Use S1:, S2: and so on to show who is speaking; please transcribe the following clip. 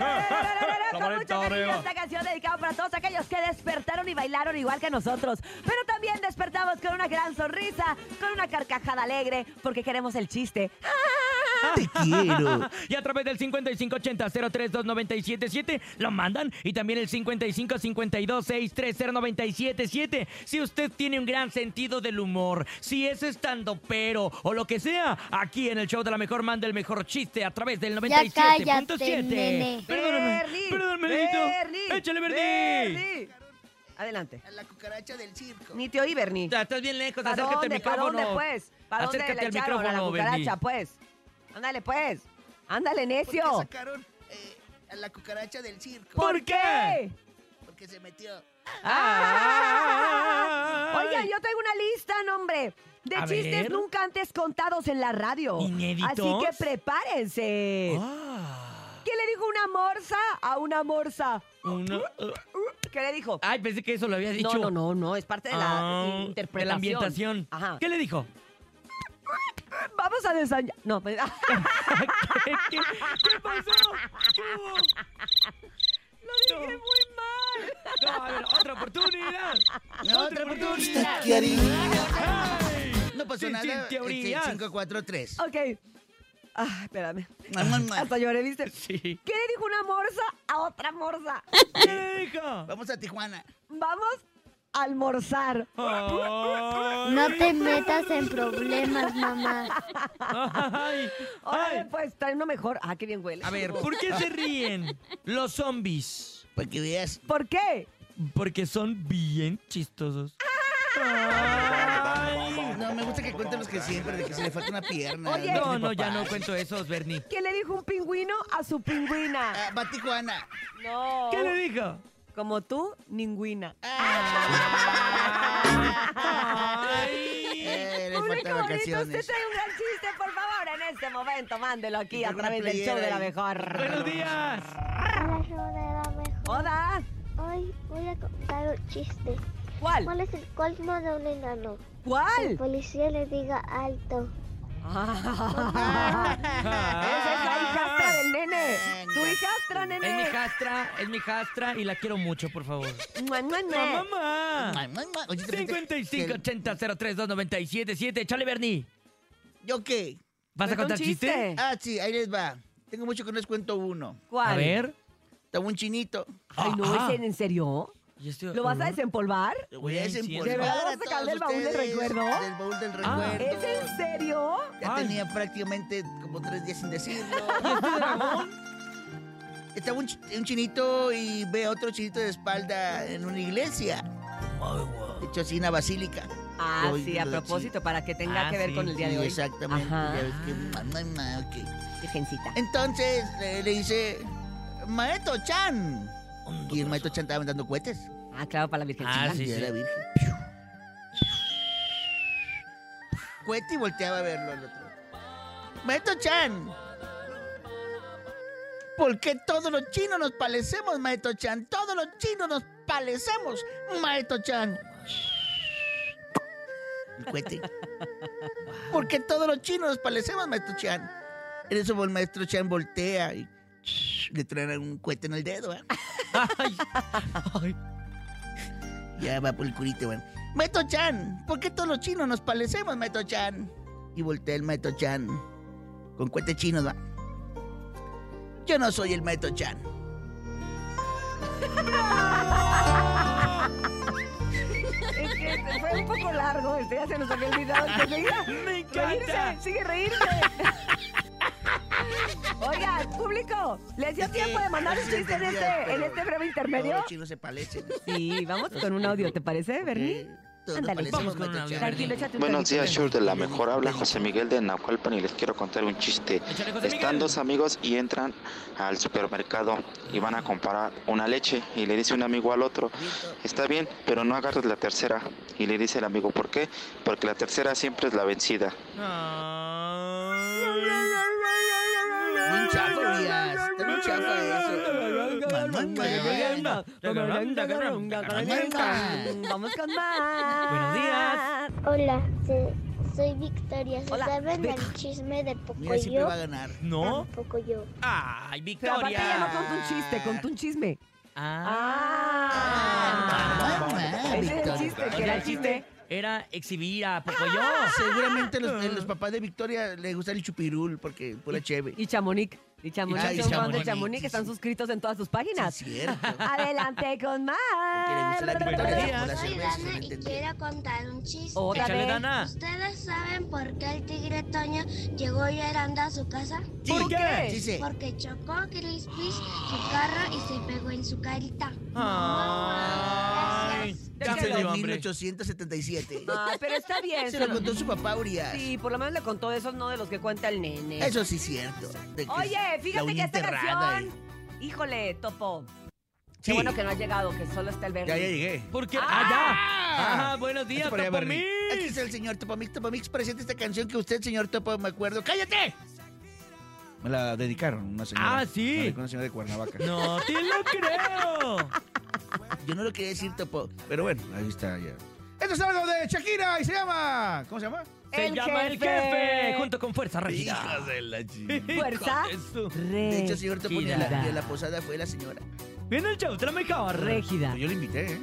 S1: Ah. Con mucho cariño esta canción dedicada para todos aquellos que despertaron y bailaron igual que nosotros. Pero también despertamos con una gran sonrisa, con una carcajada alegre, porque queremos el chiste.
S2: Te quiero.
S3: Y a través del 5580-032977 lo mandan. Y también el 5552-6309777. Si usted tiene un gran sentido del humor, si es estando pero o lo que sea, aquí en el show de la mejor manda el mejor chiste a través del
S4: Ya cállate,
S3: 97.7.
S4: nene.
S3: Perdóname.
S1: Bernie,
S3: Perdóname, Benito.
S1: Bernie,
S3: Échale, Bernie.
S1: Bernie. Adelante.
S2: A la cucaracha del circo.
S1: Ni te oí, Bernie.
S3: Ya, Estás bien lejos,
S1: ¿Para
S3: acércate al
S1: dónde, para
S3: micrófono.
S1: dónde, pues? ¿Para dónde
S3: Acércate
S1: le
S3: al
S1: echaron a la
S3: micrófono,
S1: cucaracha,
S3: Bernie.
S1: pues? Ándale, pues. Ándale,
S2: ¿Por qué
S1: necio.
S2: sacaron eh, a la cucaracha del circo?
S3: ¿Por qué?
S2: Porque se metió.
S1: Ah. Oiga, yo tengo una lista, no, hombre, de
S3: A
S1: chistes
S3: ver.
S1: nunca antes contados en la radio.
S3: ¿Inéditos?
S1: Así que prepárense.
S3: Ah,
S1: ¿Qué le dijo una morsa a una morsa? Uh,
S3: una-
S1: ¿Qué le dijo?
S3: uh. Ay, pensé que eso lo había Ah, dicho.
S1: No, no, no, no, es parte de la
S3: Ah,
S1: interpretación.
S3: De la ambientación.
S1: Ajá.
S3: ¿Qué le dijo?
S1: Vamos a desayunar. No, pues-
S3: ¿Qué, qué- qué pasó? ¿Qué hubo?
S1: lo dije muy mal.
S3: No, a ver, otra oportunidad.
S2: Otra oportunidad.
S5: ¿Qué haría?
S3: Ay.
S2: No pasó
S3: Sin- sin
S2: nada.
S3: teorías.
S2: 543.
S1: Ok. Ah, espérame.
S2: Ah, pues.
S1: Hasta lloré, ¿viste?
S3: Sí.
S1: ¿Qué le dijo una morsa a otra morsa?
S3: ¿Qué le dijo?
S2: Vamos a Tijuana.
S1: Vamos a almorzar.
S3: Ay.
S4: No te metas en problemas, mamá.
S3: Ay.
S1: Órale,
S3: Ay.
S1: pues, trae uno mejor. Ah, qué bien huele.
S2: A ver,
S3: ¿Por qué se ríen los zombies?
S2: para que veas.
S1: ¿Por qué?
S3: Porque son bien chistosos. Ay.
S2: No, me gusta que cuenten los que siempre, de que se le falta una pierna.
S1: Oye.
S2: tiene
S3: No, no, ya
S2: papá.
S3: no cuento esos, Bernie.
S1: ¿Qué le dijo un pingüino a su pingüina?
S2: Ah, va a Tijuana.
S1: No.
S3: ¿Qué le dijo?
S1: Como tú, ningüina.
S2: Ah,
S3: Ay.
S2: Eh, les
S1: Público
S2: faltan
S1: bonito, este
S2: vacaciones.
S1: usted trae un gran chiste, por favor, en este momento, mándelo aquí a
S2: Con una
S1: través del
S2: playera
S1: show de la
S2: ahí.
S3: Buenos
S1: mejor.
S3: días.
S6: Hola, show de la mejor.
S1: Hola,
S6: Hoy voy a contar un chiste.
S1: ¿cuál?
S6: ¿Cuál es el colmo de un enano? El
S1: ¿Cuál?
S6: policía le diga alto.
S1: Ah, Esa es la hijastra del nene. Tu hijastra,
S3: Es mi
S1: nene.
S3: jastra, es mi jastra y la quiero mucho, por favor.
S1: Mua, mua, mua.
S3: ¡Mamá!
S2: Ay, mamá. Oye, te pensé-
S3: 55 80 03 297 Chale, Bernie.
S2: ¿Yo qué?
S3: ¿Vas a
S1: Cuenta un
S3: contar chiste?
S1: chiste.
S2: Ah, sí, ahí les va. Tengo mucho que no les cuento uno.
S1: ¿Cuál?
S3: A ver.
S2: Estaba un chinito.
S1: Ay, no,
S3: Ah, ah.
S1: ¿es en- ¿en serio?
S3: ¿Y este
S1: ¿Lo vas a
S3: olor?
S1: desempolvar?
S2: Lo voy a
S3: Güey, sí,
S2: desempolvar
S3: ¿de
S1: verdad
S2: a
S1: vas a sacar
S2: todos
S1: del baúl del
S2: ustedes
S1: recuerdo?
S2: Del baúl del
S3: Ah.
S2: recuerdo.
S1: ¿Es en serio?
S2: Ya
S3: Ay.
S2: tenía prácticamente como tres días sin decirlo.
S1: este
S2: Estaba un, chi- un chinito y ve a otro chinito de espalda en una iglesia. De hecho, así una basílica.
S1: Ah,
S2: Hoy
S1: sí, a
S2: lo de-
S1: propósito, para que tenga
S3: Ah,
S1: que ver
S3: sí,
S1: con el día de
S2: sí,
S1: hoy.
S2: Exactamente.
S1: Ajá.
S2: Ya ves que, mua, mua, mua, ok.
S1: Virgencita.
S2: Entonces le, le dice, Maestro Chan. Y el Maestro Chan estaba dando cohetes.
S1: Ah, claro, para la virgencita.
S3: Ah, sí,
S2: Y
S3: sí.
S2: era virgen. Cohete y volteaba a verlo al otro. Maestro Chan. ¿Por qué todos los chinos nos palecemos, Maestro Chan? Todos los chinos nos palecemos, Maestro Chan. El cohete. ¿Por qué todos los chinos nos palecemos, Maestro Chan? En eso el Maestro Chan voltea y le traen un cohete en el dedo. ¿eh?
S3: Ay, ay.
S2: Ya va por el curito, bueno. Maestro Chan, ¿por qué todos los chinos nos palecemos, Maestro Chan? Y voltea el Maestro Chan. Con cuete chinos, va. Yo no soy el Maestro Chan.
S1: Es que fue un poco largo, este ya se nos había olvidado. que reír-
S3: Me encanta.
S1: Reírse, sigue reírse. Oigan, público, ¿les dio tiempo de mandar un
S2: Sí,
S1: chiste en
S2: entendía,
S1: este, en
S2: pero
S1: este breve
S2: Todos
S1: intermedio?
S2: los chinos se palecen.
S1: Sí, vamos con un audio, ¿te parece, Bernie?
S2: Eh, todos nos
S1: Ándale,
S2: palecemos,
S3: vamos con
S2: Maestro
S3: un
S2: Chan.
S3: audio.
S1: Tranquilo, échate un
S7: Buenos
S1: traguito,
S7: días, show de la mejor. Habla José Miguel de Nahualpan y les quiero contar un chiste.
S3: Échale, José
S7: Están
S3: Miguel.
S7: dos amigos y entran al supermercado y van a comprar una leche y le dice un amigo al otro, está bien, pero no agarres la tercera. Y le dice el amigo, ¿por qué? Porque la tercera siempre es la vencida.
S2: Un chafa, Urias. Ten un chafa
S1: Bernie. Vamos con más.
S3: Buenos días.
S6: Hola, se, soy Victoria. ¿Se
S1: Hola,
S6: saben
S1: Vic-
S6: el chisme de
S2: Mira, siempre
S6: Pocoyo?
S2: va a ganar.
S3: ¿No?
S6: Pocoyo.
S3: ¡Ay,
S1: Pero aparte ya no Ah,
S3: Victoria!
S1: contó un chiste, contó un chisme.
S2: Ah,
S1: Ah.
S2: mamá,
S1: Ese es el
S2: Victoria.
S1: chiste, que
S3: Era
S1: era
S3: el chiste. Era exhibir
S1: Ah,
S3: a Pocoyo.
S2: Seguramente los, eh, los papás de Victoria le gusta el chupirul porque pura chévere.
S1: Y Chamonix. Y Chamonix
S2: Ah, y
S1: son fans de
S2: Chamonix,
S1: Chamonix que
S2: sí,
S1: están
S2: sí.
S1: suscritos en todas sus
S2: Sí,
S1: páginas.
S2: es cierto.
S1: Adelante con
S2: Que le
S1: más.
S2: gusta la Victoria como la
S6: Soy
S2: cerveza, se
S6: Dana
S2: lo
S6: y
S2: entendí.
S6: quiero contar un chiste.
S1: Otra
S3: Échale,
S1: vez.
S3: Dana.
S6: ¿Ustedes saben por qué el tigre Toño llegó llorando a su casa?
S2: Sí,
S1: ¿Por qué?
S2: Sí, sí.
S6: Porque chocó a Crispy su carro y se pegó en su carita.
S3: Ay,
S6: Gracias.
S3: ya me dio hambre.
S2: 1877.
S1: Ah, pero está bien.
S2: Se lo
S1: son-
S2: contó su papá Urias.
S1: Sí, por lo menos le contó esos, no de los que cuenta el nene.
S2: Eso sí es cierto. De que
S1: Oye,
S2: la
S1: fíjate que
S2: uña
S1: esta
S2: enterrada,
S1: canción. Híjole, Topo. Qué
S2: Sí.
S1: bueno que no ha llegado, que solo está el
S2: eh.
S1: verde.
S2: Ya, ya llegué.
S3: ¿Por qué?
S1: Ah.
S3: ¡Ah, ya! ¡Ah, buenos días,
S2: Hasta por allá,
S3: Topo
S2: Bernie. Aquí
S3: Mix!
S2: está el señor Topo Mix. Topo Mix presenta esta canción que usted, señor Topo, me acuerdo. ¡Cállate! Me la dedicaron una
S3: señora. Ah, sí. Me la dedicó
S2: Una señora de Cuernavaca.
S3: ¡No te lo creo!
S2: Yo no lo quería decir, Topo. Pero bueno, ahí está ya. Esto es algo de Shakira y se llama... ¿Cómo se llama?
S3: ¡Se
S1: El
S3: llama El
S1: jefe.
S3: Jefe! Junto con Fuerza Regida.
S2: de la
S1: Fuerza.
S3: Eso.
S2: De hecho, señor Topo, de la,
S1: Regida.
S2: de la posada fue la señora.
S3: Viene el show, tráeme cámara.
S1: Régida.
S2: Yo la invité, ¿eh?